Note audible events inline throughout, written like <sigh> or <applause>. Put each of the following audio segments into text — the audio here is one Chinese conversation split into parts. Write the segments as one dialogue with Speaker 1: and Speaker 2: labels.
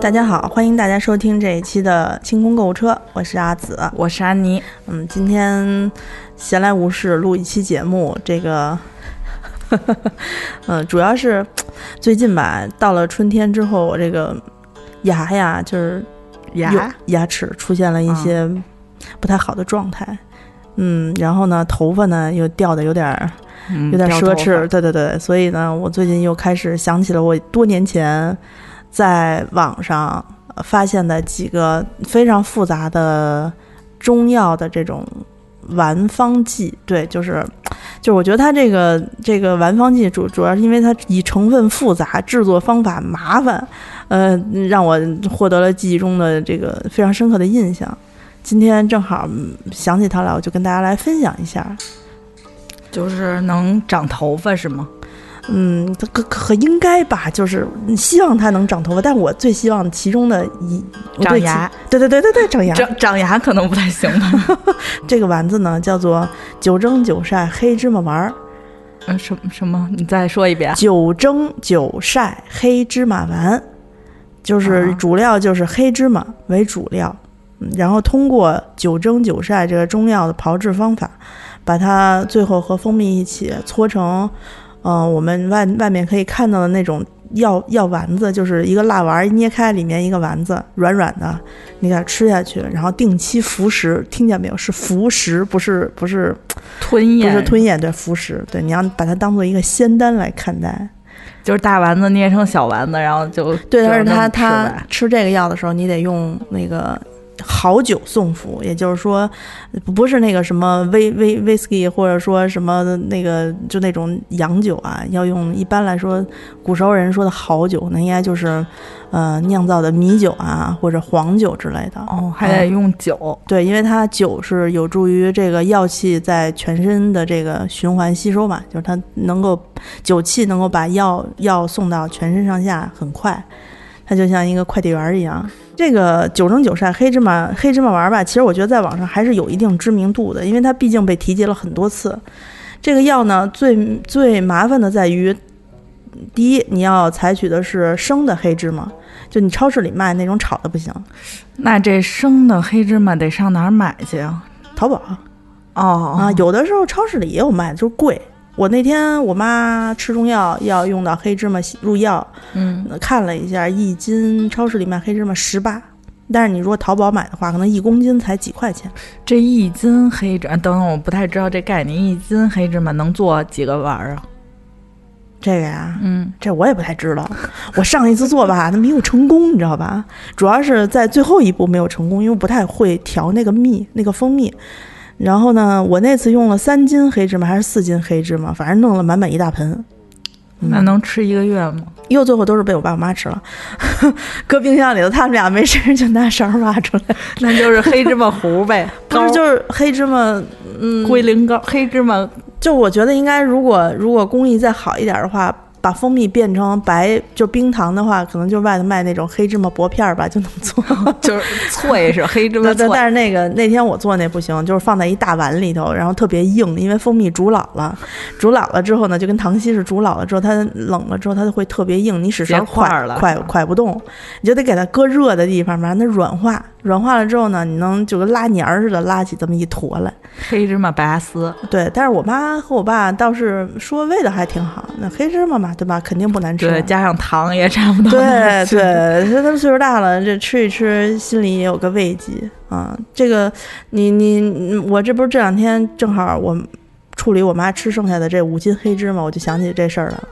Speaker 1: 大家好，欢迎大家收听这一期的清空购物车，我是阿紫。
Speaker 2: 我是安妮，
Speaker 1: 嗯，今天闲来无事录一期节目，这个， <laughs> 嗯，主要是最近吧，到了春天之后，我这个牙呀，就是有牙齿出现了一些
Speaker 2: 啊
Speaker 1: 不太好的状态。嗯，然后呢，头发呢又掉的有点儿
Speaker 2: 嗯
Speaker 1: 有点奢，
Speaker 2: 掉
Speaker 1: 侈，
Speaker 2: 头
Speaker 1: 对对对，所以呢，我最近又开始想起了我多年前在网上呃发现的几个非常复杂的中药的这种丸方剂，对，就是就是我觉得它这个这个丸方剂主主要是因为它以成分复杂、制作方法麻烦，呃，让我获得了记忆中的这个非常深刻的印象。今天正好嗯想起它来，我就跟大家来分享一下。
Speaker 2: 发就是能长头发是吗？
Speaker 1: 嗯，它可可可应该吧，就是你希望它能长头发，但我最希望其中的一我
Speaker 2: 长
Speaker 1: 哦对其
Speaker 2: 牙，
Speaker 1: 对对对对对，长牙。
Speaker 2: 长长牙可能不太行 <laughs> 吧？
Speaker 1: 这个丸子呢，叫做九蒸九晒黑芝麻丸儿，
Speaker 2: 嗯，什么什么？你再说一遍。
Speaker 1: 九蒸九晒黑芝麻丸，就是
Speaker 2: 啊
Speaker 1: 主料就是黑芝麻为主料，嗯然后通过九蒸九晒这个中药的炮制方法，把它最后和蜂蜜一起搓成，嗯、我们外外面可以看到的那种药药丸子，就是一个蜡丸儿，一捏开里面一个丸子，软软的，你给它吃下去，然后定期服食，听见没有？是服食，不是不是
Speaker 2: 吞
Speaker 1: 不
Speaker 2: 咽
Speaker 1: 是吞咽，对，服食，对，你要把它当做一个仙丹来看待。
Speaker 2: 就是大丸子捏成小丸子，然后就
Speaker 1: 对，但是
Speaker 2: 就
Speaker 1: 他
Speaker 2: 能吃
Speaker 1: 他
Speaker 2: 呗
Speaker 1: 吃这个药的时候，你得用那个好酒送服，也就是说，不是那个什么威威威士忌，或者说什么那个就那种洋酒啊，要用一般来说，古时候人说的好酒，那应该就是呃酿造的米酒啊，或者黄酒之类的。
Speaker 2: 哦，还得用酒，
Speaker 1: 对，因为它酒是有助于这个药气在全身的这个循环吸收嘛，就是它能够酒气能够把药药送到全身上下很快，它就像一个快递员儿一样。这个九蒸九晒黑芝麻黑芝麻丸儿吧，其实我觉得在网上还是有一定知名度的，因为它毕竟被提及了很多次。这个药呢，最最麻烦的在于，第一，你要采取的是生的黑芝麻，就你超市里卖那种炒的不行，
Speaker 2: 那这生的黑芝麻得上哪儿买去啊？
Speaker 1: 淘宝。
Speaker 2: 哦
Speaker 1: 啊，有的时候超市里也有卖的，就是贵。我那天我妈吃中药要用到黑芝麻入药，
Speaker 2: 嗯，
Speaker 1: 呃看了一下一斤超市里卖黑芝麻十八，但是你如果淘宝买的话，可能一公斤才几块钱。
Speaker 2: 这一斤黑芝，啊等等，我不太知道这概念，一斤黑芝麻能做几个丸儿啊？
Speaker 1: 这个呀，
Speaker 2: 嗯，
Speaker 1: 这我也不太知道。我上一次做吧，它没有成功，你知道吧？主要是在最后一步没有成功，因为我不太会调那个蜜，那个蜂蜜。然后呢，我那次用了三斤黑芝麻还是四斤黑芝麻，反正弄了满满一大盆。嗯
Speaker 2: 那能吃一个月吗？ <laughs>
Speaker 1: 又最后都是被我爸我妈吃了， <laughs> 搁冰箱里头，他们俩没事儿就拿勺儿挖出来，
Speaker 2: 那就是黑芝麻糊呗，
Speaker 1: <laughs> 不是
Speaker 2: 膏
Speaker 1: 就是黑芝麻，嗯，
Speaker 2: 龟苓膏，黑芝麻
Speaker 1: 就我觉得应该如果如果工艺再好一点儿的话，把蜂蜜变成白就冰糖的话，可能就外头卖那种黑芝麻薄片儿吧，就能做。
Speaker 2: <laughs> 就是脆是黑芝麻
Speaker 1: 但
Speaker 2: 脆
Speaker 1: 但，但是那个那天我做那不行，就是放在一大碗里头，然后特别硬，因为蜂蜜煮老了，煮老了之后呢，就跟糖稀是煮老了之后，它冷了之后它就会特别硬，你使勺
Speaker 2: 结
Speaker 1: 快
Speaker 2: 块儿了
Speaker 1: 快快不动，你就得给它搁热的地方，把它软化，软化了之后呢，你能就跟拉泥儿似的拉起这么一坨来。
Speaker 2: 黑芝麻拔丝，
Speaker 1: 对，但是我妈和我爸倒是说味道还挺好，那黑芝麻嘛，对吧？肯定不难吃。啊
Speaker 2: 对，加上糖也差不
Speaker 1: <laughs>
Speaker 2: 多。<laughs>
Speaker 1: 对对，所以他们岁数大了，这吃一吃，心里也有个慰藉啊。这个，你你我这不是这两天正好我处理我妈吃剩下的这五斤黑芝麻，我就想起这事儿来了，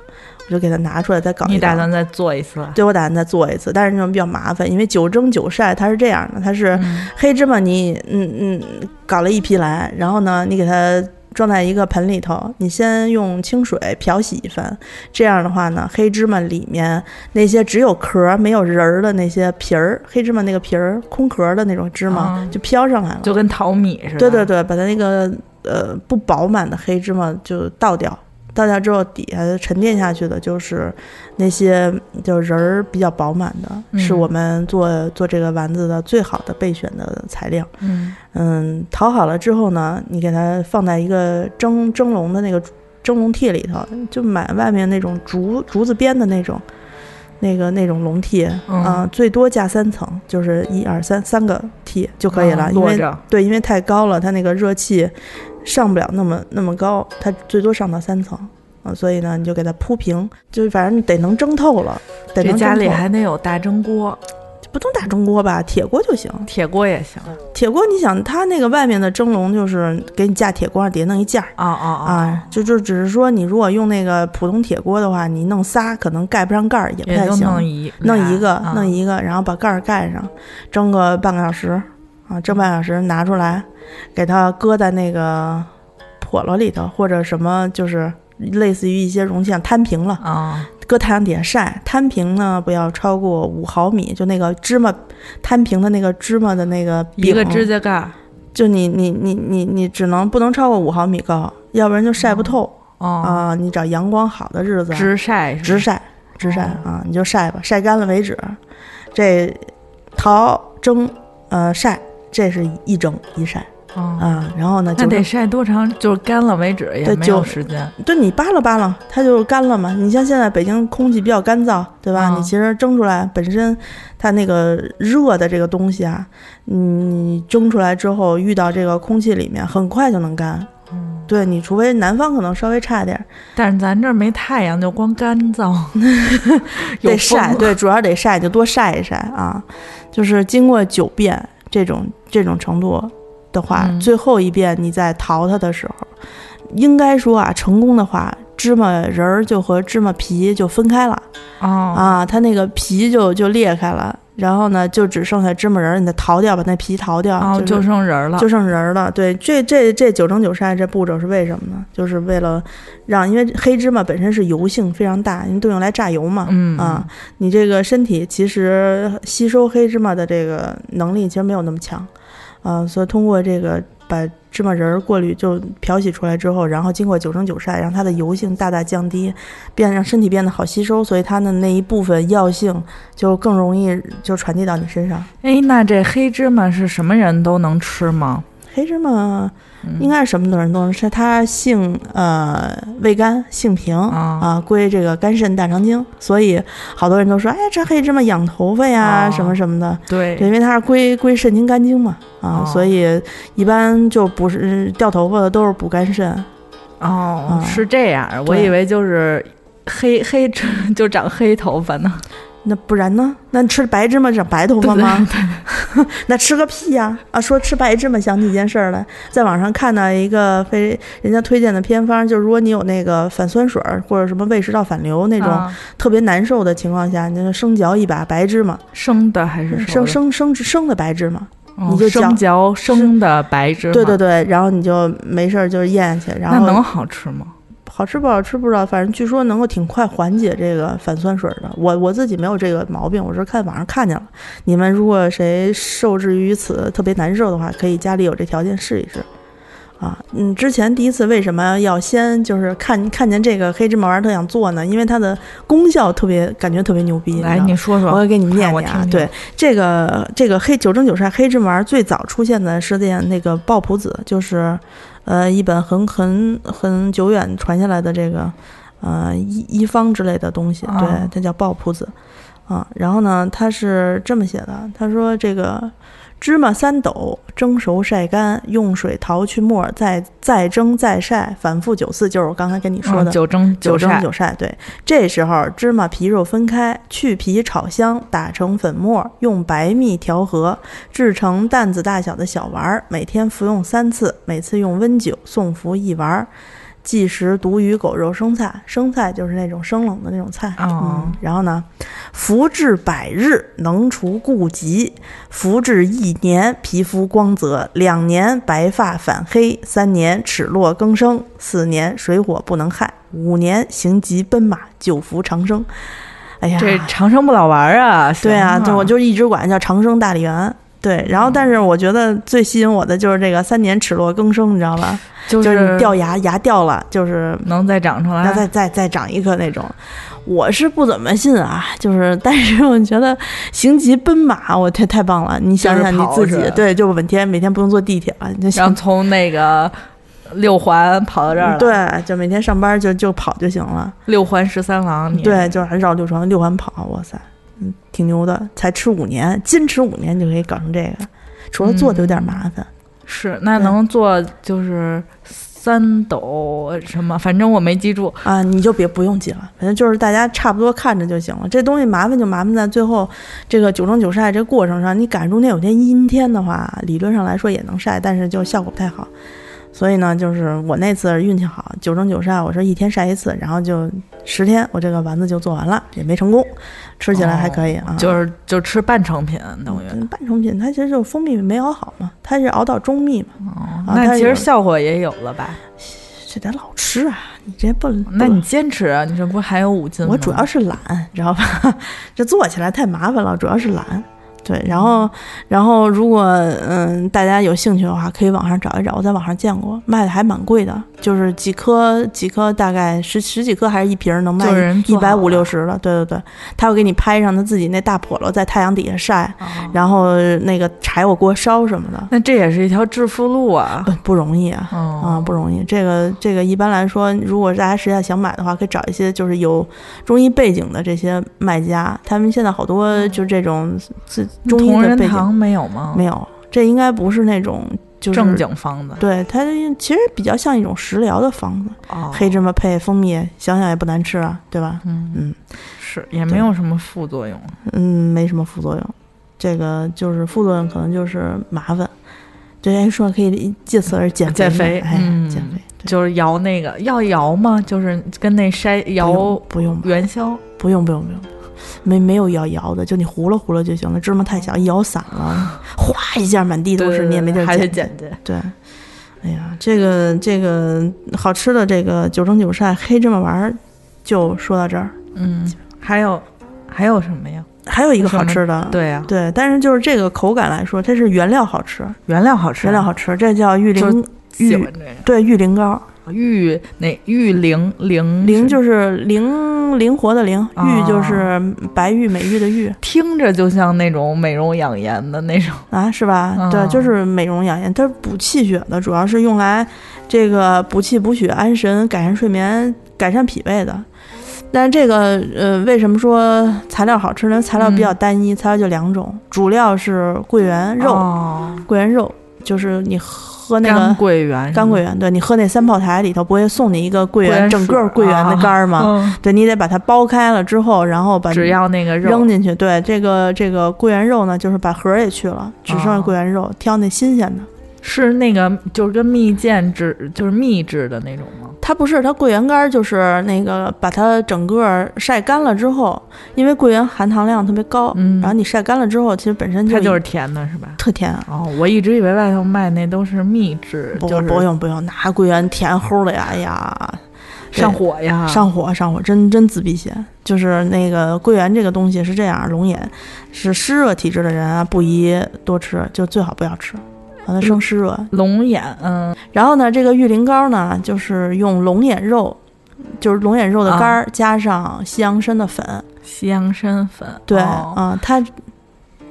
Speaker 1: 我就给它拿出来再搞一搞。
Speaker 2: 你打算再做一次？
Speaker 1: 对我打算再做一次，但是那种比较麻烦，因为九蒸九晒它是这样的，它是
Speaker 2: 嗯
Speaker 1: 黑芝麻你嗯嗯搞了一批来，然后呢你给它装在一个盆里头，你先用清水漂洗一番，这样的话呢黑芝麻里面那些只有壳儿没有仁儿的那些皮儿，黑芝麻那个皮儿空壳儿的那种芝麻、
Speaker 2: 嗯
Speaker 1: 就飘上来了，
Speaker 2: 就跟淘米似的。
Speaker 1: 对对对，把它那个呃不饱满的黑芝麻就倒掉，倒掉之后底下沉淀下去的就是那些就仁儿比较饱满的，是
Speaker 2: 嗯
Speaker 1: 我们做做这个丸子的最好的备选的材料。
Speaker 2: 嗯，
Speaker 1: 嗯，淘好了之后呢，你给它放在一个蒸蒸笼的那个。蒸笼屉里头，就买外面那种竹竹子编的那种，那个那种笼屉啊、
Speaker 2: 嗯
Speaker 1: 最多架三层，就是一二三三个屉就可以了，
Speaker 2: 嗯
Speaker 1: 因
Speaker 2: 落
Speaker 1: 为
Speaker 2: 着，
Speaker 1: 对，因为太高了，它那个热气上不了那么那么高，它最多上到三层。啊，所以呢，你就给它铺平，就反正得能蒸透了，得
Speaker 2: 这
Speaker 1: 能
Speaker 2: 家
Speaker 1: 蒸
Speaker 2: 里
Speaker 1: 透
Speaker 2: 还得有大蒸锅，
Speaker 1: 不用大蒸锅吧，铁锅就行。
Speaker 2: 铁锅也行。
Speaker 1: 铁锅，你想它那个外面的蒸笼就是给你架铁锅上底下弄一架儿
Speaker 2: 哦哦哦，
Speaker 1: 啊，就就只是说你如果用那个普通铁锅的话，你弄仨可能盖不上盖儿，也不
Speaker 2: 也
Speaker 1: 太
Speaker 2: 就
Speaker 1: 行。
Speaker 2: 弄一嗯
Speaker 1: 弄一个，弄
Speaker 2: 一
Speaker 1: 一个，然后把盖儿盖上，蒸个半个小时啊，蒸半个小时拿出来，给它搁在那个笸箩里头，或者什么就是类似于一些容器上摊平了，
Speaker 2: 啊，
Speaker 1: 搁太阳底下晒。摊平呢不要超过五毫米，就那个芝麻摊平的那个芝麻的那个饼，
Speaker 2: 一个指甲盖儿。
Speaker 1: 就你你你你你只能不能超过五毫米高，要不然就晒不透
Speaker 2: 哦，
Speaker 1: 啊。你找阳光好的日子啊
Speaker 2: 直哦晒是吧
Speaker 1: 直晒，直晒啊，你就晒吧，晒干了为止。这淘蒸呃晒，这是一蒸一晒
Speaker 2: 哦，
Speaker 1: 啊，然后呢
Speaker 2: 那
Speaker 1: 就
Speaker 2: 得晒多长？就是干了为止，也
Speaker 1: 对
Speaker 2: 没有
Speaker 1: 就
Speaker 2: 时间。
Speaker 1: 对你扒拉扒拉，它就干了嘛。你像现在北京空气比较干燥，对吧？
Speaker 2: 嗯
Speaker 1: 你其实蒸出来本身它那个热的这个东西啊，你蒸出来之后遇到这个空气里面，很快就能干。
Speaker 2: 嗯
Speaker 1: 对你，除非南方可能稍微差点儿，
Speaker 2: 但是咱这儿没太阳，就光干
Speaker 1: <laughs>
Speaker 2: 燥，有
Speaker 1: 得
Speaker 2: 风
Speaker 1: 晒，对，
Speaker 2: <laughs>
Speaker 1: 主要得晒，就多晒一晒啊。就是经过九遍这种这种程度的话，
Speaker 2: 嗯
Speaker 1: 最后一遍你在淘它的时候，应该说啊，成功的话，芝麻仁儿就和芝麻皮就分开了、
Speaker 2: 哦
Speaker 1: 啊，它那个皮就就裂开了，然后呢，就只剩下芝麻仁儿，你再淘掉，把那皮淘掉，
Speaker 2: 哦，
Speaker 1: 啊就是
Speaker 2: 就剩人儿了。
Speaker 1: 就剩人儿了。对，这这这九蒸九晒这步骤是为什么呢？就是为了让，因为黑芝麻本身是油性非常大，因为都用来榨油嘛。
Speaker 2: 嗯
Speaker 1: 啊，你这个身体其实吸收黑芝麻的这个能力其实没有那么强，啊，所以通过这个把芝麻仁儿过滤就漂洗出来之后，然后经过九蒸九晒，让它的油性大大降低，变让身体变得好吸收，所以它的那一部分药性就更容易就传递到你身上。
Speaker 2: 哎，那这黑芝麻是什么人都能吃吗？
Speaker 1: 黑芝麻
Speaker 2: 嗯
Speaker 1: 应该是什么的人都能吃，它性呃味甘性平
Speaker 2: 啊
Speaker 1: 啊、归这个肝肾大肠经，所以好多人都说，哎，这黑芝麻养头发呀、
Speaker 2: 哦
Speaker 1: 什么什么的，
Speaker 2: 对
Speaker 1: 对，因为它是归归肾经肝经嘛啊、
Speaker 2: 哦
Speaker 1: 所以一般就不是掉头发的都是补肝肾，
Speaker 2: 哦，
Speaker 1: 嗯
Speaker 2: 是这样，我
Speaker 1: 对
Speaker 2: 以为就是黑黑芝 <laughs> 就长黑头发呢。
Speaker 1: 那不然呢？那吃白芝麻长白头发吗？ <laughs> 那吃个屁呀、啊！说吃白芝麻，想起一件事儿来，在网上看到一个非人家推荐的偏方，就是如果你有那个反酸水儿或者什么胃食道反流那种
Speaker 2: 啊
Speaker 1: 特别难受的情况下，你就生嚼一把白芝麻，
Speaker 2: 生的还是熟
Speaker 1: 嗯生生
Speaker 2: 的
Speaker 1: 生生的白芝麻，
Speaker 2: 哦
Speaker 1: 你就嚼
Speaker 2: 生嚼生的白芝麻，
Speaker 1: 对对，对，然后你就没事儿就咽下去，然
Speaker 2: 那
Speaker 1: 后
Speaker 2: 能好吃吗？
Speaker 1: 好吃不好吃不知道，反正据说能够挺快缓解这个反酸水的。我我自己没有这个毛病，我是看网上看见了。你们如果谁受制于此特别难受的话，可以家里有这条件试一试。啊，嗯，之前第一次为什么要先就是看看见这个黑芝麻玩意儿特想做呢？因为它的功效特别感觉特别牛逼。你知
Speaker 2: 来，
Speaker 1: 道吗
Speaker 2: 你说
Speaker 1: 我
Speaker 2: 说，
Speaker 1: 会给你们念
Speaker 2: 哎我
Speaker 1: 念啊。
Speaker 2: 听听
Speaker 1: 对，这个这个黑九蒸九晒黑芝麻儿最早出现的是在那个《抱朴子》，就是呃一本很很很久远传下来的这个呃医医方之类的东西，对
Speaker 2: 啊，
Speaker 1: 它叫《抱朴子》啊。然后呢，它是这么写的，他说这个。芝麻三斗蒸熟晒干，用水淘去沫儿，再再蒸再晒，反复九次，就是我刚才跟你说
Speaker 2: 嗯
Speaker 1: 的。
Speaker 2: 九蒸
Speaker 1: 九蒸
Speaker 2: 晒
Speaker 1: 九晒，对，这时候芝麻皮肉分开，去皮炒香，打成粉末，用白蜜调和，制成担子大小的小丸儿，每天服用三次，每次用温酒送服一丸儿。忌食毒鱼、狗肉、生菜，生菜就是那种生冷的那种菜。
Speaker 2: 哦
Speaker 1: 嗯，然后呢，服至百日，能除痼疾；服至一年，皮肤光泽；两年，白发反黑；三年，齿落更生；四年，水火不能害；五年，行疾奔马，久服长生。哎呀，
Speaker 2: 这长生不老丸儿啊，
Speaker 1: 对啊，
Speaker 2: 行
Speaker 1: 就我就一直管它叫长生大丽园。对，然后但是我觉得最吸引我的就是这个三年齿落更生，你知道吧？
Speaker 2: 就
Speaker 1: 就是你掉牙，牙掉了，就是
Speaker 2: 能再长出
Speaker 1: 要
Speaker 2: 来，
Speaker 1: 再再再长一颗那种。我是不怎么信啊，就是，但是我觉得行疾奔马，我太太棒了。你想想你
Speaker 2: 就是跑
Speaker 1: 自己
Speaker 2: 是吧，
Speaker 1: 对，就每天每天不用坐地铁了，你就
Speaker 2: 然后
Speaker 1: 想
Speaker 2: 从那个六环跑到这儿了，，
Speaker 1: 对，就每天上班就就跑就行了。
Speaker 2: 六环十三郎，你
Speaker 1: 对，就是还绕六环六环跑，哇塞，嗯，挺牛的，才吃五年，坚持五年就可以搞成这个，除了
Speaker 2: 嗯
Speaker 1: 做的有点麻烦。
Speaker 2: 是那
Speaker 1: 对
Speaker 2: 能做就是三斗什么，反正我没记住，
Speaker 1: 啊，你就别不用记了，反正就是大家差不多看着就行了。这东西麻烦就麻烦在最后这个九蒸九晒这过程上，你赶上中间有天阴天的话，理论上来说也能晒，但是就效果不太好。所以呢，就是我那次运气好，九蒸九晒，我是一天晒一次，然后就十天，我这个丸子就做完了，也没成功，吃起来还可以、啊。
Speaker 2: 哦就是就吃半成品等于。
Speaker 1: 嗯半成品，它其实就是蜂蜜没熬好嘛，它是熬到中蜜嘛，
Speaker 2: 哦
Speaker 1: 啊
Speaker 2: 那
Speaker 1: 它
Speaker 2: 其实
Speaker 1: 有
Speaker 2: 效果也有了吧？
Speaker 1: 这得老吃啊，你这不
Speaker 2: 那你坚持啊，你这不是还有五斤吗？
Speaker 1: 我主要是懒，知道吧？ <laughs> 这做起来太麻烦了，主要是懒。对，然后，然后如果嗯大家有兴趣的话，可以网上找一找，我在网上见过，卖的还蛮贵的，就是几颗几颗大概十十几颗还是一瓶儿能卖
Speaker 2: 就是人
Speaker 1: 一
Speaker 2: 做
Speaker 1: 百
Speaker 2: 好
Speaker 1: 五
Speaker 2: 了
Speaker 1: 六十的，对对对，他会给你拍上他自己那大笸箩在太阳底下晒，
Speaker 2: 哦
Speaker 1: 然后那个柴火锅烧什么的，
Speaker 2: 那这也是一条致富路啊！
Speaker 1: 不不容易啊。啊、
Speaker 2: 哦，
Speaker 1: 不容易。这个这个一般来说，如果大家实在想买的话，可以找一些就是有中医背景的这些卖家，他们现在好多就这种自中医
Speaker 2: 嗯同
Speaker 1: 的
Speaker 2: 仁
Speaker 1: 背景
Speaker 2: 堂没有吗？
Speaker 1: 没有，这应该不是那种就是
Speaker 2: 正。经方的
Speaker 1: 对它其实比较像一种食疗的方子，
Speaker 2: 哦，
Speaker 1: 黑芝麻配蜂蜜，想想也不难吃啊，对吧？
Speaker 2: 嗯
Speaker 1: 嗯
Speaker 2: 是也
Speaker 1: 对
Speaker 2: 没有什么副作用。
Speaker 1: 嗯，没什么副作用。这个就是副作用，可能就是麻烦。对，人说可以借此而减
Speaker 2: 减
Speaker 1: 肥
Speaker 2: 肥
Speaker 1: 嘛，哎，
Speaker 2: 嗯
Speaker 1: 减肥对
Speaker 2: 就是摇那个要摇吗？就是跟那筛
Speaker 1: 不
Speaker 2: 摇
Speaker 1: 用不用吧
Speaker 2: 元宵，
Speaker 1: 不用不用不用，没没有要摇的，就你糊了糊了就行了。芝麻太小，一摇散了，哗一下满地都是，你也没地儿
Speaker 2: 还得
Speaker 1: 捡。
Speaker 2: 捡去。
Speaker 1: 对，哎呀，这个这个好吃的这个九蒸九晒黑芝麻丸儿就说到这儿，
Speaker 2: 嗯，还有还有什么呀？
Speaker 1: 还有一个
Speaker 2: 什
Speaker 1: 好
Speaker 2: 么
Speaker 1: 吃的，
Speaker 2: 对啊呀，
Speaker 1: 对，但是就是这个口感来说，它是原料好吃，
Speaker 2: 原料好吃，
Speaker 1: 原料好吃，这叫玉
Speaker 2: 就是
Speaker 1: 灵
Speaker 2: 喜
Speaker 1: 玉
Speaker 2: 欢这个
Speaker 1: 对玉灵膏，
Speaker 2: 玉那玉灵灵
Speaker 1: 灵就是灵灵活的灵，玉就是白玉美玉的玉。
Speaker 2: 听着就像那种美容养颜的那种，
Speaker 1: 啊，是吧？对，
Speaker 2: 嗯
Speaker 1: 就是美容养颜，它是补气血的，主要是用来这个补气补血、安神、改善睡眠、改善脾胃的。但是这个呃，为什么说材料好吃呢？材料比
Speaker 2: 嗯
Speaker 1: 较单一，材料就两种，主料是桂圆肉，
Speaker 2: 哦
Speaker 1: 桂圆肉就是你喝那
Speaker 2: 干
Speaker 1: 个
Speaker 2: 桂圆，
Speaker 1: 干桂圆，对你喝那三炮台里头不会送你一个桂
Speaker 2: 桂
Speaker 1: 圆
Speaker 2: 圆
Speaker 1: 整
Speaker 2: 水
Speaker 1: 个
Speaker 2: 儿
Speaker 1: 桂圆的
Speaker 2: 啊
Speaker 1: 干儿吗？
Speaker 2: 嗯，
Speaker 1: 对你得把它剥开了之后，然后把
Speaker 2: 只要那个肉
Speaker 1: 扔进去。对，这个这个桂圆肉呢，就是把核儿也去了，只剩下
Speaker 2: 哦
Speaker 1: 桂圆肉，挑那新鲜的。
Speaker 2: 是那个就是跟蜜饯制就是蜜制的那种吗？
Speaker 1: 它不是，它桂圆干儿就是那个把它整个儿晒干了之后，因为桂圆含糖量特别高，
Speaker 2: 嗯
Speaker 1: 然后你晒干了之后，其实本身
Speaker 2: 它就
Speaker 1: 已
Speaker 2: 是甜的是吧？
Speaker 1: 特甜啊。
Speaker 2: 哦，我一直以为外头卖那都是蜜制，
Speaker 1: 不
Speaker 2: 就是
Speaker 1: 不用不用，拿桂圆甜齁的呀，哎呀，
Speaker 2: 上火呀，
Speaker 1: 上火上火，真真自闭邪。就是那个桂圆这个东西是这样，龙眼是湿热体质的人啊，不宜多吃，就最好不要吃，让它生湿热。
Speaker 2: 龙眼，嗯，
Speaker 1: 然后呢，这个玉灵膏呢，就是用龙眼肉，就是龙眼肉的干儿、
Speaker 2: 啊
Speaker 1: 加上西洋参的粉，
Speaker 2: 西洋参粉，
Speaker 1: 对，啊、
Speaker 2: 哦
Speaker 1: 它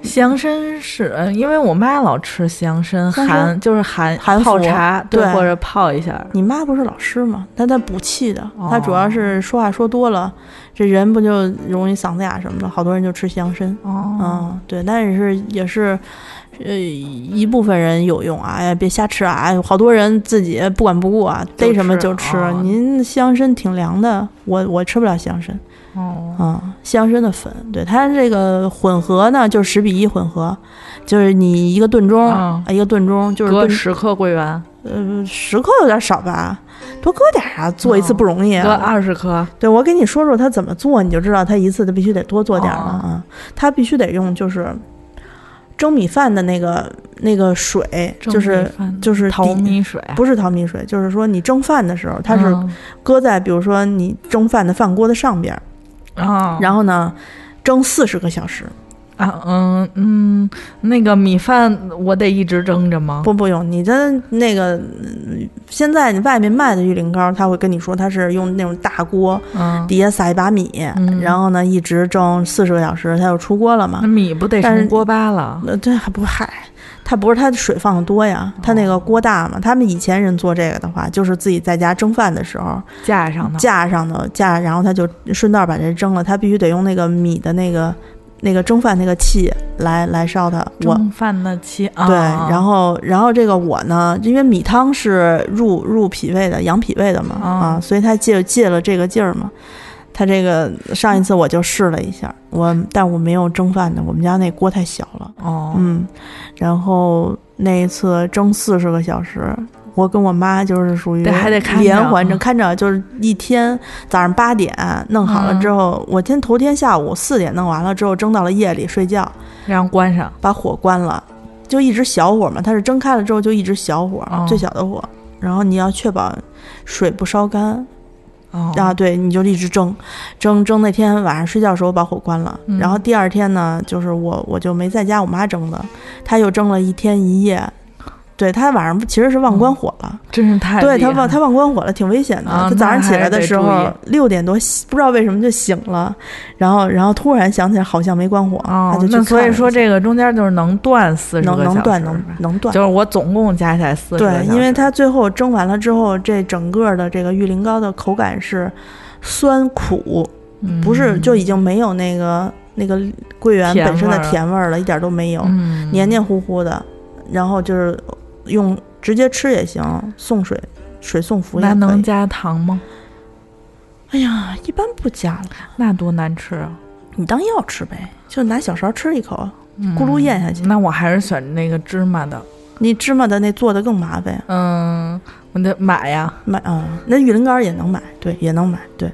Speaker 2: 西洋参是，呃因为我妈老吃西洋参，
Speaker 1: 西洋参
Speaker 2: 含就是含
Speaker 1: 含服
Speaker 2: 泡茶，
Speaker 1: 对
Speaker 2: 或者泡一下，
Speaker 1: 你妈不是老师嘛，她在补气的，
Speaker 2: 哦
Speaker 1: 她主要是说话说多了，这人不就容易嗓子哑什么的，好多人就吃西洋参。
Speaker 2: 哦，
Speaker 1: 嗯，对，但是也是，呃，一部分人有用啊，哎呀，别瞎吃啊，哎，好多人自己不管不顾啊，
Speaker 2: 就
Speaker 1: 逮什么
Speaker 2: 吃
Speaker 1: 就吃。
Speaker 2: 哦
Speaker 1: 您西洋参挺凉的，我我吃不了西洋参。
Speaker 2: 哦，
Speaker 1: 啊、西洋参的粉，对它这个混合呢，就是十比一混合，就是你一个炖盅、
Speaker 2: 嗯
Speaker 1: 啊，一个炖盅就是
Speaker 2: 搁
Speaker 1: 炖
Speaker 2: 十克桂圆，
Speaker 1: 呃十克有点少吧，多搁点儿啊，做一次
Speaker 2: 哦
Speaker 1: 不容易、
Speaker 2: 搁
Speaker 1: 啊。
Speaker 2: 二十克，
Speaker 1: 对我给你说说它怎么做，你就知道它一次它必须得多做点儿了
Speaker 2: 哦
Speaker 1: 啊，它必须得用就是蒸米饭的那个那个水，
Speaker 2: 蒸
Speaker 1: 就是
Speaker 2: 米饭
Speaker 1: 就是
Speaker 2: 淘
Speaker 1: 底
Speaker 2: 米水，
Speaker 1: 不是淘米水，就是说你蒸饭的时候，它是
Speaker 2: 嗯
Speaker 1: 搁在比如说你蒸饭的饭锅的上边儿，
Speaker 2: 啊，
Speaker 1: 然后呢蒸四十个小时。
Speaker 2: 啊，嗯嗯，那个米饭我得一直蒸着吗？
Speaker 1: 不不用，你的那个嗯现在你外面卖的玉灵膏，他会跟你说他是用那种大锅，
Speaker 2: 嗯，
Speaker 1: 底下撒一把米，
Speaker 2: 嗯
Speaker 1: 然后呢一直蒸四十个小时，它就出锅了嘛
Speaker 2: 那。米不得
Speaker 1: 但是
Speaker 2: 成锅巴了？
Speaker 1: 呃，这还不嗨，它不是它的水放的多呀，它那个锅大嘛。他们以前人做这个的话，就是自己在家蒸饭的时候
Speaker 2: 架上的，
Speaker 1: 架上的架，然后他就顺道把这蒸了。他必须得用那个米的那个那个蒸饭那个气来来烧它。我
Speaker 2: 蒸饭的期啊，
Speaker 1: 对，然后然后这个我呢，因为米汤是入入脾胃的，养脾胃的嘛、
Speaker 2: 哦
Speaker 1: 啊，所以他借借了这个劲儿嘛。他这个上一次我就试了一下，我但我没有蒸饭的，我们家那锅太小了，
Speaker 2: 哦，
Speaker 1: 嗯，然后那一次蒸四十个小时。我跟我妈就是属于
Speaker 2: 对还得看着
Speaker 1: 连环着
Speaker 2: 嗯
Speaker 1: 看着，就是一天早上八点弄好了
Speaker 2: 嗯
Speaker 1: 之后，我今天头天下午四点弄完了之后蒸到了夜里睡觉，
Speaker 2: 然后关上，
Speaker 1: 把火关了，就一直小火嘛，它是蒸开了之后就一直小火，
Speaker 2: 哦
Speaker 1: 最小的火。然后你要确保水不烧干、
Speaker 2: 哦，
Speaker 1: 啊，对，你就一直蒸，蒸蒸那天晚上睡觉的时候把火关了，
Speaker 2: 嗯
Speaker 1: 然后第二天呢，就是我我就没在家，我妈蒸的，她又蒸了一天一夜。对她晚上其实是忘关火了，
Speaker 2: 真是哦太
Speaker 1: 对
Speaker 2: 厉
Speaker 1: 她
Speaker 2: 害
Speaker 1: 忘
Speaker 2: 了
Speaker 1: 她忘关火了，挺危险的。
Speaker 2: 啊
Speaker 1: 她早上起来的时
Speaker 2: 那还是
Speaker 1: 候
Speaker 2: 得
Speaker 1: 六点多醒，不知道为什么就醒了，然后然后突然想起来好像没关火，她
Speaker 2: 哦
Speaker 1: 就，去
Speaker 2: 那所
Speaker 1: 看
Speaker 2: 以
Speaker 1: 了
Speaker 2: 说
Speaker 1: 一下
Speaker 2: 这个中间就是能断四十
Speaker 1: 能
Speaker 2: 个小时，
Speaker 1: 能断能能断
Speaker 2: 就。是我总共加起来四十个小
Speaker 1: 对
Speaker 2: 时，，
Speaker 1: 因为它最后蒸完了之后，这整个的这个玉林糕的口感是酸苦，
Speaker 2: 嗯
Speaker 1: 不是就已经没有那个那个桂圆
Speaker 2: 甜
Speaker 1: 本身的
Speaker 2: 味儿了
Speaker 1: 甜味儿了，一点都没有，
Speaker 2: 嗯
Speaker 1: 黏黏糊糊的。然后就是用直接吃也行，送水水送服也
Speaker 2: 那
Speaker 1: 可以。
Speaker 2: 能加糖吗？
Speaker 1: 哎呀，一般不加了，
Speaker 2: 那多难吃啊！
Speaker 1: 你当药吃呗，就拿小勺吃一口，
Speaker 2: 嗯
Speaker 1: 咕噜咽下去。
Speaker 2: 那我还是选那个芝麻的，
Speaker 1: 你芝麻的那做的更麻烦，
Speaker 2: 嗯，我得买呀，
Speaker 1: 买啊、那玉林膏也能买，对，也能买，对。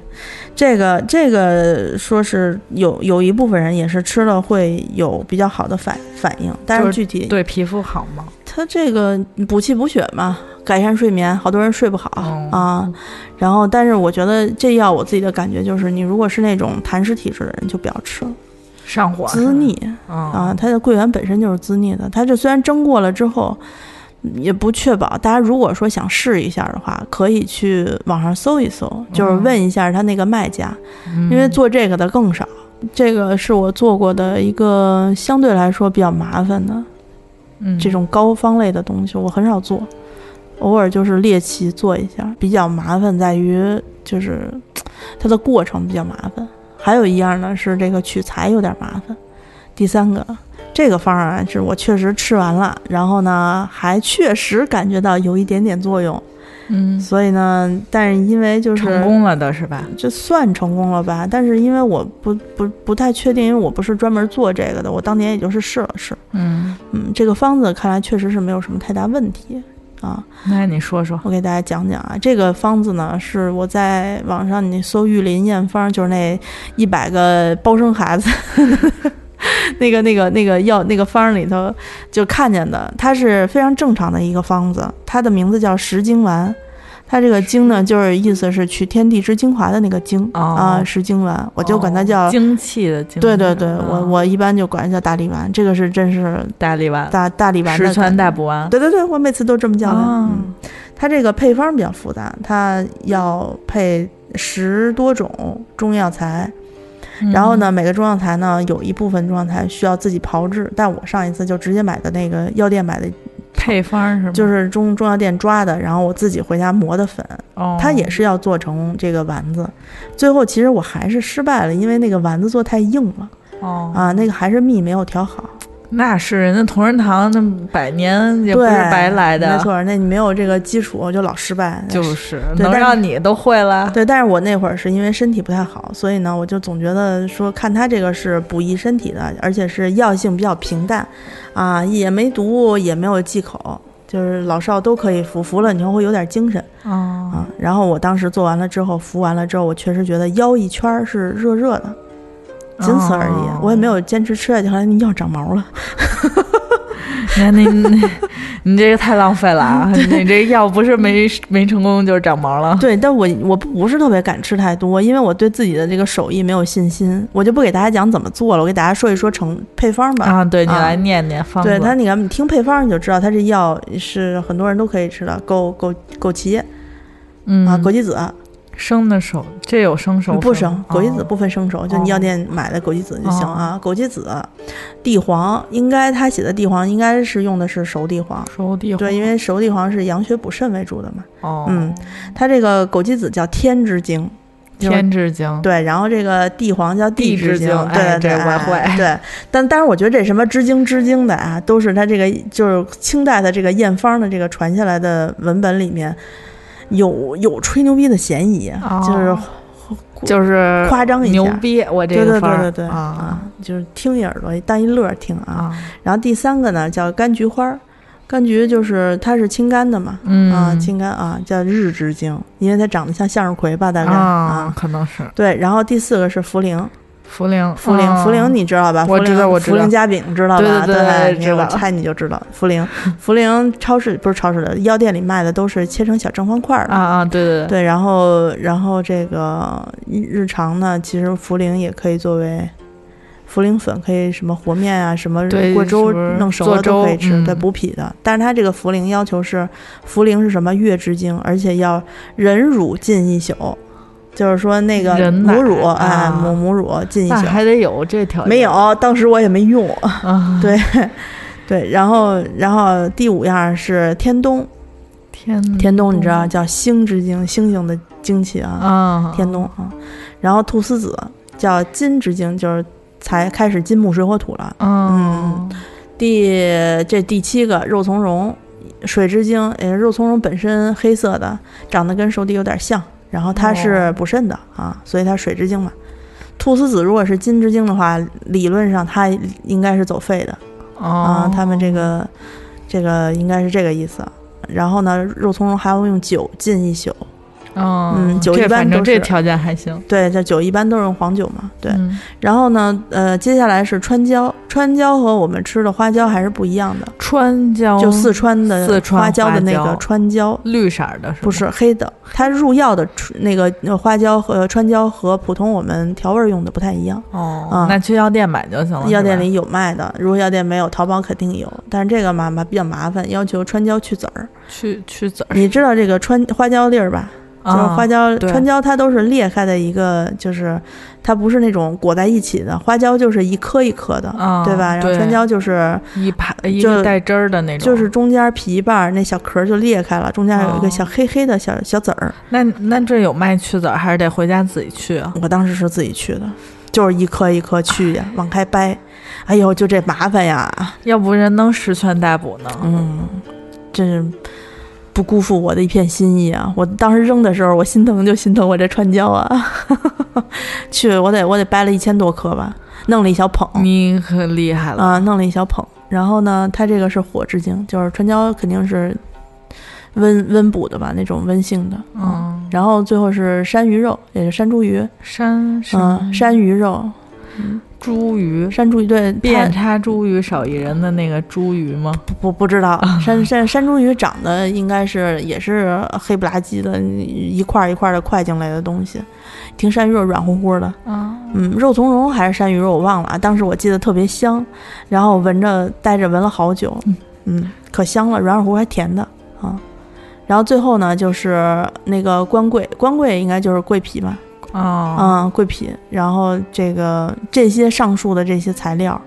Speaker 1: 这个这个说是有有一部分人也是吃了会有比较好的反反应，但
Speaker 2: 就是
Speaker 1: 具
Speaker 2: 是
Speaker 1: 体
Speaker 2: 对皮肤好吗？
Speaker 1: 它这个补气补血嘛，改善睡眠，好多人睡不好、
Speaker 2: 哦
Speaker 1: 啊。然后，但是我觉得这药我自己的感觉就是，你如果是那种痰湿体质的人就不要吃了，
Speaker 2: 上火
Speaker 1: 滋腻啊
Speaker 2: 啊，，
Speaker 1: 它的桂圆本身就是滋腻的，它这虽然蒸过了之后。也不确保，大家如果说想试一下的话，可以去网上搜一搜，就是问一下他那个卖家，
Speaker 2: 嗯
Speaker 1: 因为做这个的更少。这个是我做过的一个相对来说比较麻烦的
Speaker 2: 嗯
Speaker 1: 这种膏方类的东西，我很少做，偶尔就是猎奇做一下。比较麻烦在于就是嘖它的过程比较麻烦，还有一样呢是这个取材有点麻烦。第三个，这个方案是我确实吃完了，然后呢还确实感觉到有一点点作用，
Speaker 2: 嗯
Speaker 1: 所以呢，但是因为就是
Speaker 2: 成功了的是吧？
Speaker 1: 这算成功了吧？但是因为我不不不太确定，因为我不是专门做这个的，我当年也就是试了试。
Speaker 2: 嗯，
Speaker 1: 嗯，这个方子看来确实是没有什么太大问题啊。
Speaker 2: 那你说说，
Speaker 1: 我给大家讲讲啊，这个方子呢是我在网上你搜玉林验方，就是那一百个包生孩子 <laughs> 那个那个那个药那个方里头就看见的，它是非常正常的一个方子，它的名字叫十精丸。它这个精呢，就是意思是取天地之精华的那个精、
Speaker 2: 哦
Speaker 1: 啊，十精丸，我
Speaker 2: 我
Speaker 1: 就管它叫，
Speaker 2: 精气的精，
Speaker 1: 对对对，
Speaker 2: 啊
Speaker 1: 我我一般就管它叫大力丸，这个是真是
Speaker 2: 大力丸，
Speaker 1: 大大力丸的
Speaker 2: 十
Speaker 1: 感
Speaker 2: 全
Speaker 1: 觉
Speaker 2: 大补丸，
Speaker 1: 对对对，我每次都这么叫它。
Speaker 2: 哦
Speaker 1: 嗯，它这个配方比较复杂，它要配十多种中药材，
Speaker 2: 嗯
Speaker 1: 然后？呢，每个中药材呢有一部分中药材需要自己炮制，但我上一次就直接买的那个药店买的，
Speaker 2: 嗯配方是吗？
Speaker 1: 就是中中药店抓的，然后我自己回家磨的粉，
Speaker 2: 哦
Speaker 1: 它也是要做成这个丸子。最后其实我还是失败了，因为那个丸子做太硬了
Speaker 2: 哦
Speaker 1: 啊，那个还是蜜没有调好。
Speaker 2: 那是人家同仁堂那百年也不
Speaker 1: 对
Speaker 2: 是白来的，
Speaker 1: 没错，那你没有这个基础就老失败，
Speaker 2: 就是
Speaker 1: 对
Speaker 2: 能
Speaker 1: 但是
Speaker 2: 让你都会了。
Speaker 1: 对，但是我那会儿是因为身体不太好，所以呢，我就总觉得说看它这个是补益身体的，而且是药性比较平淡，啊，也没毒，也没有忌口，就是老少都可以服，服了你后会有点精神
Speaker 2: 哦，
Speaker 1: 啊。然后我当时做完了之后，服完了之后，我确实觉得腰一圈儿是热热的，仅此而已，
Speaker 2: 哦
Speaker 1: 我也没有坚持吃下去，后来那药长毛了。 <laughs>
Speaker 2: 那你你你这个太浪费
Speaker 1: <laughs>
Speaker 2: 了啊！你这药不是没没成功就是长毛了。
Speaker 1: 对，但我我不不是特别敢吃太多，因为我对自己的这个手艺没有信心，我就不给大家讲怎么做了，我给大家说一说成配方吧。
Speaker 2: 啊，对你
Speaker 1: 啊
Speaker 2: 来念念方子。
Speaker 1: 对它，你看，你听配方你就知道，它这药是很多人都可以吃的，枸枸枸杞
Speaker 2: 嗯
Speaker 1: 啊，枸杞子、
Speaker 2: 生的熟，这有生熟
Speaker 1: 不生枸杞子
Speaker 2: 哦
Speaker 1: 不分生熟，就
Speaker 2: 哦
Speaker 1: 你药店买的枸杞子就行啊。枸杞子、地黄，应该他写的地黄应该是用的是熟地黄，
Speaker 2: 熟地黄
Speaker 1: 对，因为熟地黄是养血补肾为主的嘛。
Speaker 2: 哦，
Speaker 1: 嗯，它这个枸杞子叫天之精，就是
Speaker 2: 天之精
Speaker 1: 对，然后这个地黄叫
Speaker 2: 地之
Speaker 1: 之精
Speaker 2: 精，哎
Speaker 1: 对对
Speaker 2: 这
Speaker 1: 对，
Speaker 2: 我
Speaker 1: 哎
Speaker 2: 会
Speaker 1: 对，但但是我觉得这什么知经知经的啊，都是它这个就是清代的这个验方的这个传下来的文本里面有有吹牛逼的嫌疑，
Speaker 2: 哦
Speaker 1: 就是
Speaker 2: 就是
Speaker 1: 夸张一下
Speaker 2: 牛逼，我这
Speaker 1: 对
Speaker 2: 个
Speaker 1: 对
Speaker 2: 方
Speaker 1: 对
Speaker 2: 儿
Speaker 1: 对对
Speaker 2: 啊
Speaker 1: 就是听一耳朵当一乐儿听啊。
Speaker 2: 啊，
Speaker 1: 然后第三个呢叫柑橘花儿，柑橘就是它是清肝的嘛，
Speaker 2: 嗯
Speaker 1: 啊清肝啊叫日之精，因为它长得像向日葵吧，大概
Speaker 2: 啊
Speaker 1: 啊，。
Speaker 2: 可能是
Speaker 1: 对，然后第四个是茯苓，
Speaker 2: 茯苓，
Speaker 1: 茯苓，
Speaker 2: 啊
Speaker 1: 茯苓你知道吧？
Speaker 2: 我
Speaker 1: 茯
Speaker 2: 知
Speaker 1: 苓
Speaker 2: 道我知道
Speaker 1: 茯苓夹饼知道吧？
Speaker 2: 对对对
Speaker 1: 你
Speaker 2: 知道
Speaker 1: 我猜你就知道茯苓。茯苓超市不是超市的，药店里卖的都是切成小正方块儿的。
Speaker 2: 啊啊，对对对，
Speaker 1: 对，然后然后这个日常呢，其实茯苓也可以作为茯苓粉，可以什么和面啊，什么
Speaker 2: 对
Speaker 1: 过
Speaker 2: 什
Speaker 1: 粥
Speaker 2: 么
Speaker 1: 弄熟了
Speaker 2: 做粥
Speaker 1: 都可以吃，
Speaker 2: 嗯
Speaker 1: 对补脾的。但是它这个茯苓要求是，茯苓是什么月之精，而且要忍乳浸一宿，就是说那个
Speaker 2: 忍奶
Speaker 1: 母乳
Speaker 2: 啊
Speaker 1: 哎母母乳浸一
Speaker 2: 那
Speaker 1: 宿。
Speaker 2: 还得有这条件
Speaker 1: 没有，哦当时我也没用。
Speaker 2: 啊，
Speaker 1: <laughs> 对，对，然后然后第五样是天冬，
Speaker 2: 天嗯
Speaker 1: 天冬你知道叫星之精，星星的精气啊，
Speaker 2: 啊，
Speaker 1: 天冬啊。然后菟丝子叫金之精，就是才开始金木水火土了。
Speaker 2: 嗯
Speaker 1: 第这第七个肉苁蓉，水之精，呃，肉苁蓉本身黑色的，长得跟熟地有点像，然后它是补肾的、啊，所以它水之精嘛。菟丝子如果是金之精的话，理论上它应该是走肺的。啊
Speaker 2: 哦，，
Speaker 1: 他们这个这个应该是这个意思。然后呢，肉苁蓉还要用酒浸一宿，
Speaker 2: 嗯
Speaker 1: 嗯酒
Speaker 2: 这
Speaker 1: 一般
Speaker 2: 反正
Speaker 1: 都
Speaker 2: 这
Speaker 1: 是
Speaker 2: 条件还行，
Speaker 1: 对，这酒一般都是用黄酒嘛，对。
Speaker 2: 嗯
Speaker 1: 然后呢，呃，接下来是川椒，川椒和我们吃的花椒还是不一样的，
Speaker 2: 川椒
Speaker 1: 就四川的
Speaker 2: 哦四川
Speaker 1: 花椒
Speaker 2: 花
Speaker 1: 的那
Speaker 2: 椒
Speaker 1: 个川椒。
Speaker 2: 绿色儿的是
Speaker 1: 不
Speaker 2: 吗
Speaker 1: 是黑的，它入药的川那个那个花椒和川椒和普通我们调味儿用的不太一样。
Speaker 2: 哦
Speaker 1: 啊，
Speaker 2: 那去药店买就行了，
Speaker 1: 药店
Speaker 2: 是吧
Speaker 1: 里有卖的，如果药店没有，淘宝肯定有。但是这个嘛嘛比较麻烦，要求川椒去籽儿。
Speaker 2: 去去籽儿，
Speaker 1: 你知道这个川花椒粒儿吧？就是
Speaker 2: 啊
Speaker 1: 花椒、
Speaker 2: 对
Speaker 1: 川椒，它都是裂开的一个，就是它不是那种裹在一起的。花椒就是一颗一颗的，
Speaker 2: 啊
Speaker 1: 对吧？然后
Speaker 2: 对
Speaker 1: 川椒就是
Speaker 2: 一盘一
Speaker 1: 就
Speaker 2: 个带汁儿的那种，
Speaker 1: 就是中间皮瓣儿那小壳儿就裂开了，中间有一
Speaker 2: 哦
Speaker 1: 个小黑黑的小小籽儿。
Speaker 2: 那那这有卖去籽儿，还是得回家自己去啊？
Speaker 1: 我当时是自己去的，就是一颗一颗去呀，往开掰。哎呦，就这麻烦呀！
Speaker 2: 要不人能十全大补呢？
Speaker 1: 嗯，真是不辜负我的一片心意啊！我当时扔的时候，我心疼就心疼我这川椒啊， <laughs> 去我得我得掰了一千多颗吧，弄了一小捧
Speaker 2: 你可厉害了，
Speaker 1: 啊、弄了一小捧。然后呢，它这个是火之精，就是川椒肯定是温温补的吧，那种温性的。
Speaker 2: 嗯，
Speaker 1: 然后最后是山鱼肉，也是山茱萸，
Speaker 2: 山
Speaker 1: 嗯，山鱼肉，
Speaker 2: 茱萸，
Speaker 1: 山茱萸对，它
Speaker 2: 遍插茱萸少一人的那个茱萸吗？
Speaker 1: 不不知道，
Speaker 2: 啊
Speaker 1: 山山山茱萸长得应该是也是黑不拉几的，一块儿一块儿的块茎类的东西，听山鱼肉软乎乎的，
Speaker 2: 啊，
Speaker 1: 嗯，肉苁蓉还是山鱼肉我忘了啊，当时我记得特别香，然后闻着带着闻了好久，
Speaker 2: 嗯
Speaker 1: 嗯可香了，软软乎还甜的啊。然后最后呢，就是那个官桂，官桂应该就是桂皮吧，
Speaker 2: 哦，
Speaker 1: 嗯，桂皮，然后这个这些上述的这些材料，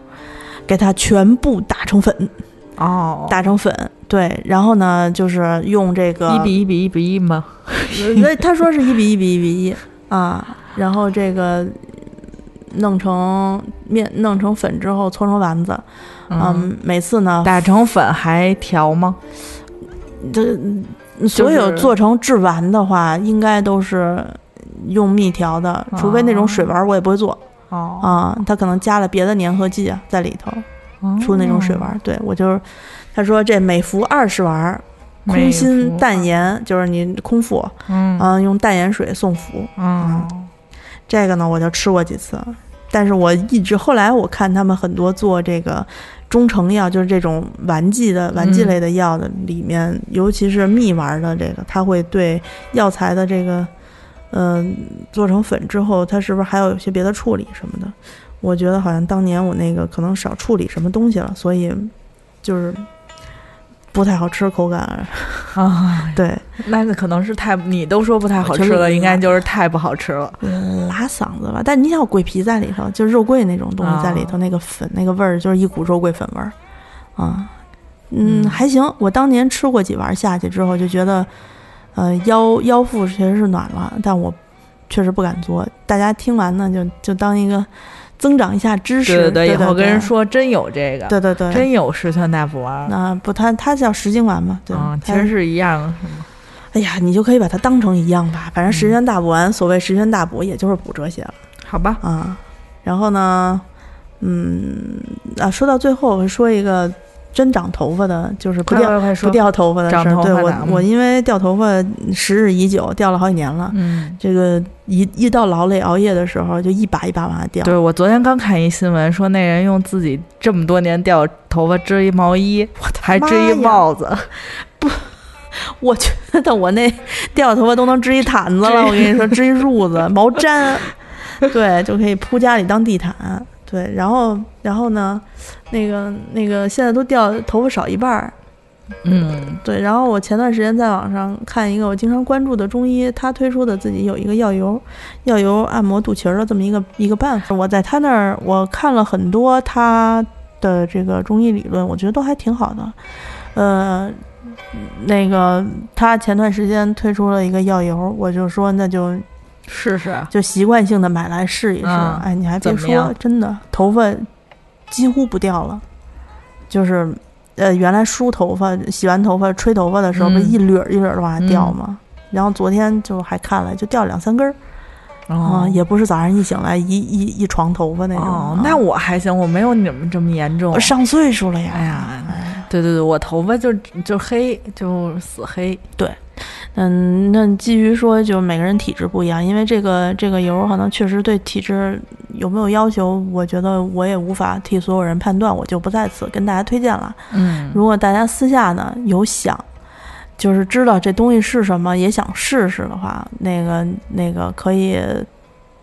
Speaker 1: 给它全部打成粉，嗯
Speaker 2: 哦，
Speaker 1: 打成粉，对，然后呢，就是用这个 <laughs>
Speaker 2: 一比一比一比一吗？
Speaker 1: 那他说是一比一比一比一啊，然后这个弄成面弄成粉之后搓成丸子，
Speaker 2: 嗯，
Speaker 1: 嗯，每次呢，
Speaker 2: 打成粉还调吗？
Speaker 1: 这所有做成制丸的话，应该都是用蜜调的，除非那种水丸我也不会做
Speaker 2: 哦，
Speaker 1: 啊，他可能加了别的粘合剂啊在里头啊出那种水丸，对我就是，他说这每服二十丸，
Speaker 2: 哦，
Speaker 1: 空
Speaker 2: 美
Speaker 1: 心
Speaker 2: 服
Speaker 1: 淡，盐就是你空腹，
Speaker 2: 嗯
Speaker 1: 嗯，用淡盐水送服。
Speaker 2: 嗯，
Speaker 1: 这个呢，我就吃过几次，但是我一直后来我看他们很多做这个中成药，就是这种丸剂的丸剂类的药的里面，尤其是蜜丸的这个，它会对药材的这个，嗯、做成粉之后，它是不是还有一些别的处理什么的？我觉得好像当年我那个可能少处理什么东西了，所以就是不太好吃，口感
Speaker 2: 啊，
Speaker 1: 对，
Speaker 2: 那可能是太你都说不太好吃
Speaker 1: 我觉
Speaker 2: 了，
Speaker 1: 得
Speaker 2: 应该就是太不好吃了。嗯
Speaker 1: 拉嗓子吧。但你想，有桂皮在里头，就是肉桂那种东西在里
Speaker 2: 啊
Speaker 1: 头，那个粉那个味儿，就是一股肉桂粉味儿啊。嗯，
Speaker 2: 嗯
Speaker 1: 还行。我当年吃过几碗下去之后，就觉得，呃，腰腰腹确实是暖了，但我确实不敢做。大家听完呢，就就当一个增长一下知识。
Speaker 2: 对
Speaker 1: 对
Speaker 2: 以后跟人
Speaker 1: 对
Speaker 2: 说真有这个，
Speaker 1: 对对对，
Speaker 2: 真有十全大补丸。
Speaker 1: 那不，它它叫十斤丸嘛，对，
Speaker 2: 嗯，其
Speaker 1: 它
Speaker 2: 实是一样的，是吗？
Speaker 1: 哎呀，你就可以把它当成一样吧，反正十
Speaker 2: 嗯
Speaker 1: 全大补丸，所谓十全大补，也就是补这些了
Speaker 2: 好吧，
Speaker 1: 啊。然后呢，嗯啊，说到最后，我说一个真长头发的，就是不
Speaker 2: 快
Speaker 1: 掉
Speaker 2: 快快
Speaker 1: 不
Speaker 2: 说。
Speaker 1: 掉头发的事
Speaker 2: 长
Speaker 1: 儿。
Speaker 2: 头
Speaker 1: 对
Speaker 2: 发
Speaker 1: 我
Speaker 2: 的，
Speaker 1: 我
Speaker 2: 嗯
Speaker 1: 因为掉头发时日已久，掉了好几年了。
Speaker 2: 嗯，
Speaker 1: 这个一一到劳累熬夜的时候，就一把一把往下掉。
Speaker 2: 对我昨天刚看一新闻，说那人用自己这么多年掉头发织一毛衣，还织一
Speaker 1: 妈呀
Speaker 2: 帽子，
Speaker 1: 我觉得我那 <laughs> 掉头发都能织一毯子了，我跟你说，织一褥子、毛毡，对，就可以铺家里当地毯。对，然后，然后呢，那个那个，现在都掉头发少一半儿。
Speaker 2: 嗯
Speaker 1: 对，然后我前段时间在网上看一个我经常关注的中医，他推出的自己有一个药油，药油按摩肚脐儿的这么一个一个办法。我在他那儿我看了很多他的这个中医理论，我觉得都还挺好的。呃，那个他前段时间推出了一个药油，我就说那就
Speaker 2: 试试。
Speaker 1: 就习惯性的买来试一试。
Speaker 2: 嗯
Speaker 1: 哎，你还别
Speaker 2: 怎么
Speaker 1: 说
Speaker 2: 样，
Speaker 1: 真的头发几乎不掉了，就是呃，原来梳头发、洗完头发、吹头发的时候，不是
Speaker 2: 嗯
Speaker 1: 一缕儿一缕儿的往下掉吗？然后昨天就还看了，就掉两三根儿啊、
Speaker 2: 哦
Speaker 1: 也不是早上一醒来一一一床头发那种。
Speaker 2: 哦
Speaker 1: 啊，
Speaker 2: 那我还行，我没有你们这么严重
Speaker 1: 我。上岁数了呀！
Speaker 2: 哎呀，对对对，我头发就就黑，就死黑。
Speaker 1: 嗯，那基于说，就每个人体质不一样，因为这个这个油可能确实对体质有没有要求，我觉得我也无法替所有人判断，我就不在此跟大家推荐了。
Speaker 2: 嗯
Speaker 1: 如果大家私下呢有想，就是知道这东西是什么，也想试试的话，那个那个可以，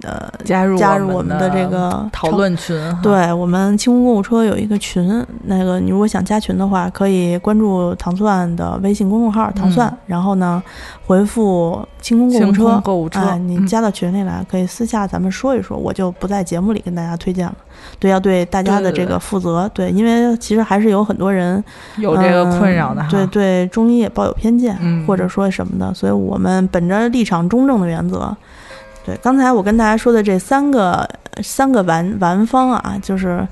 Speaker 1: 呃，
Speaker 2: 加入
Speaker 1: 加入
Speaker 2: 我
Speaker 1: 我们的这个
Speaker 2: 讨。论群哈，
Speaker 1: 对我们清空购物车有一个群，那个你如果想加群的话，可以关注糖蒜的微信公众号“糖蒜”，然后呢回复“清空购物
Speaker 2: 嗯清空
Speaker 1: 车”，
Speaker 2: 购物车，
Speaker 1: 哎，你
Speaker 2: 嗯
Speaker 1: 加到群里来，可以私下咱们说一说，我就不在节目里跟大家推荐了。对，要对大家的
Speaker 2: 对对
Speaker 1: 这
Speaker 2: 对
Speaker 1: 个负责，对，因为其实还是有很多人
Speaker 2: 有这个困扰的
Speaker 1: 嗯
Speaker 2: 哈。
Speaker 1: 对对，中医也抱有偏见，
Speaker 2: 嗯
Speaker 1: 或者说什么的，所以我们本着立场中正的原则，对刚才我跟大家说的这三个三个丸丸方啊，就是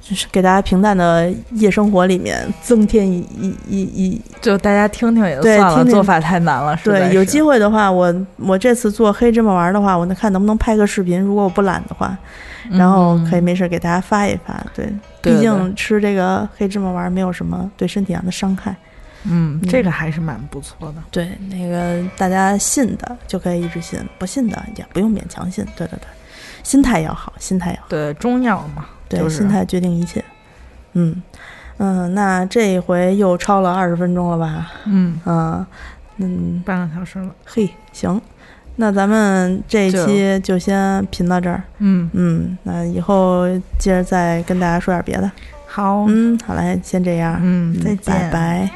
Speaker 1: 就是给大家平淡的夜生活里面增添一一一一
Speaker 2: 就大家听听也就
Speaker 1: 对
Speaker 2: 算了，
Speaker 1: 听听
Speaker 2: 做法太难了，实在
Speaker 1: 对，
Speaker 2: 是
Speaker 1: 有机会的话，我我这次做黑芝麻丸的话，我能看能不能拍个视频，如果我不懒的话，
Speaker 2: 嗯
Speaker 1: 然后可以没事儿给大家发一发，对，毕
Speaker 2: 对对
Speaker 1: 竟吃这个黑芝麻丸没有什么对身体上的伤害。
Speaker 2: 嗯
Speaker 1: 嗯，
Speaker 2: 这个还是蛮不错的。
Speaker 1: 对，那个大家信的就可以一直信，不信的也不用勉强信。对对对，心态要好，心态要好，
Speaker 2: 对，中药嘛，
Speaker 1: 对，
Speaker 2: 就是啊
Speaker 1: 心态决定一切。嗯嗯，那这一回又超了二十分钟了吧？
Speaker 2: 嗯，
Speaker 1: 嗯嗯，
Speaker 2: 半个小时了，
Speaker 1: 嘿，行，那咱们这一
Speaker 2: 就
Speaker 1: 期就先贫到这儿。
Speaker 2: 嗯，
Speaker 1: 嗯，那以后接着再跟大家说点别的。
Speaker 2: 好，
Speaker 1: 嗯，好嘞，先这样，
Speaker 2: 嗯，再见，
Speaker 1: 拜拜。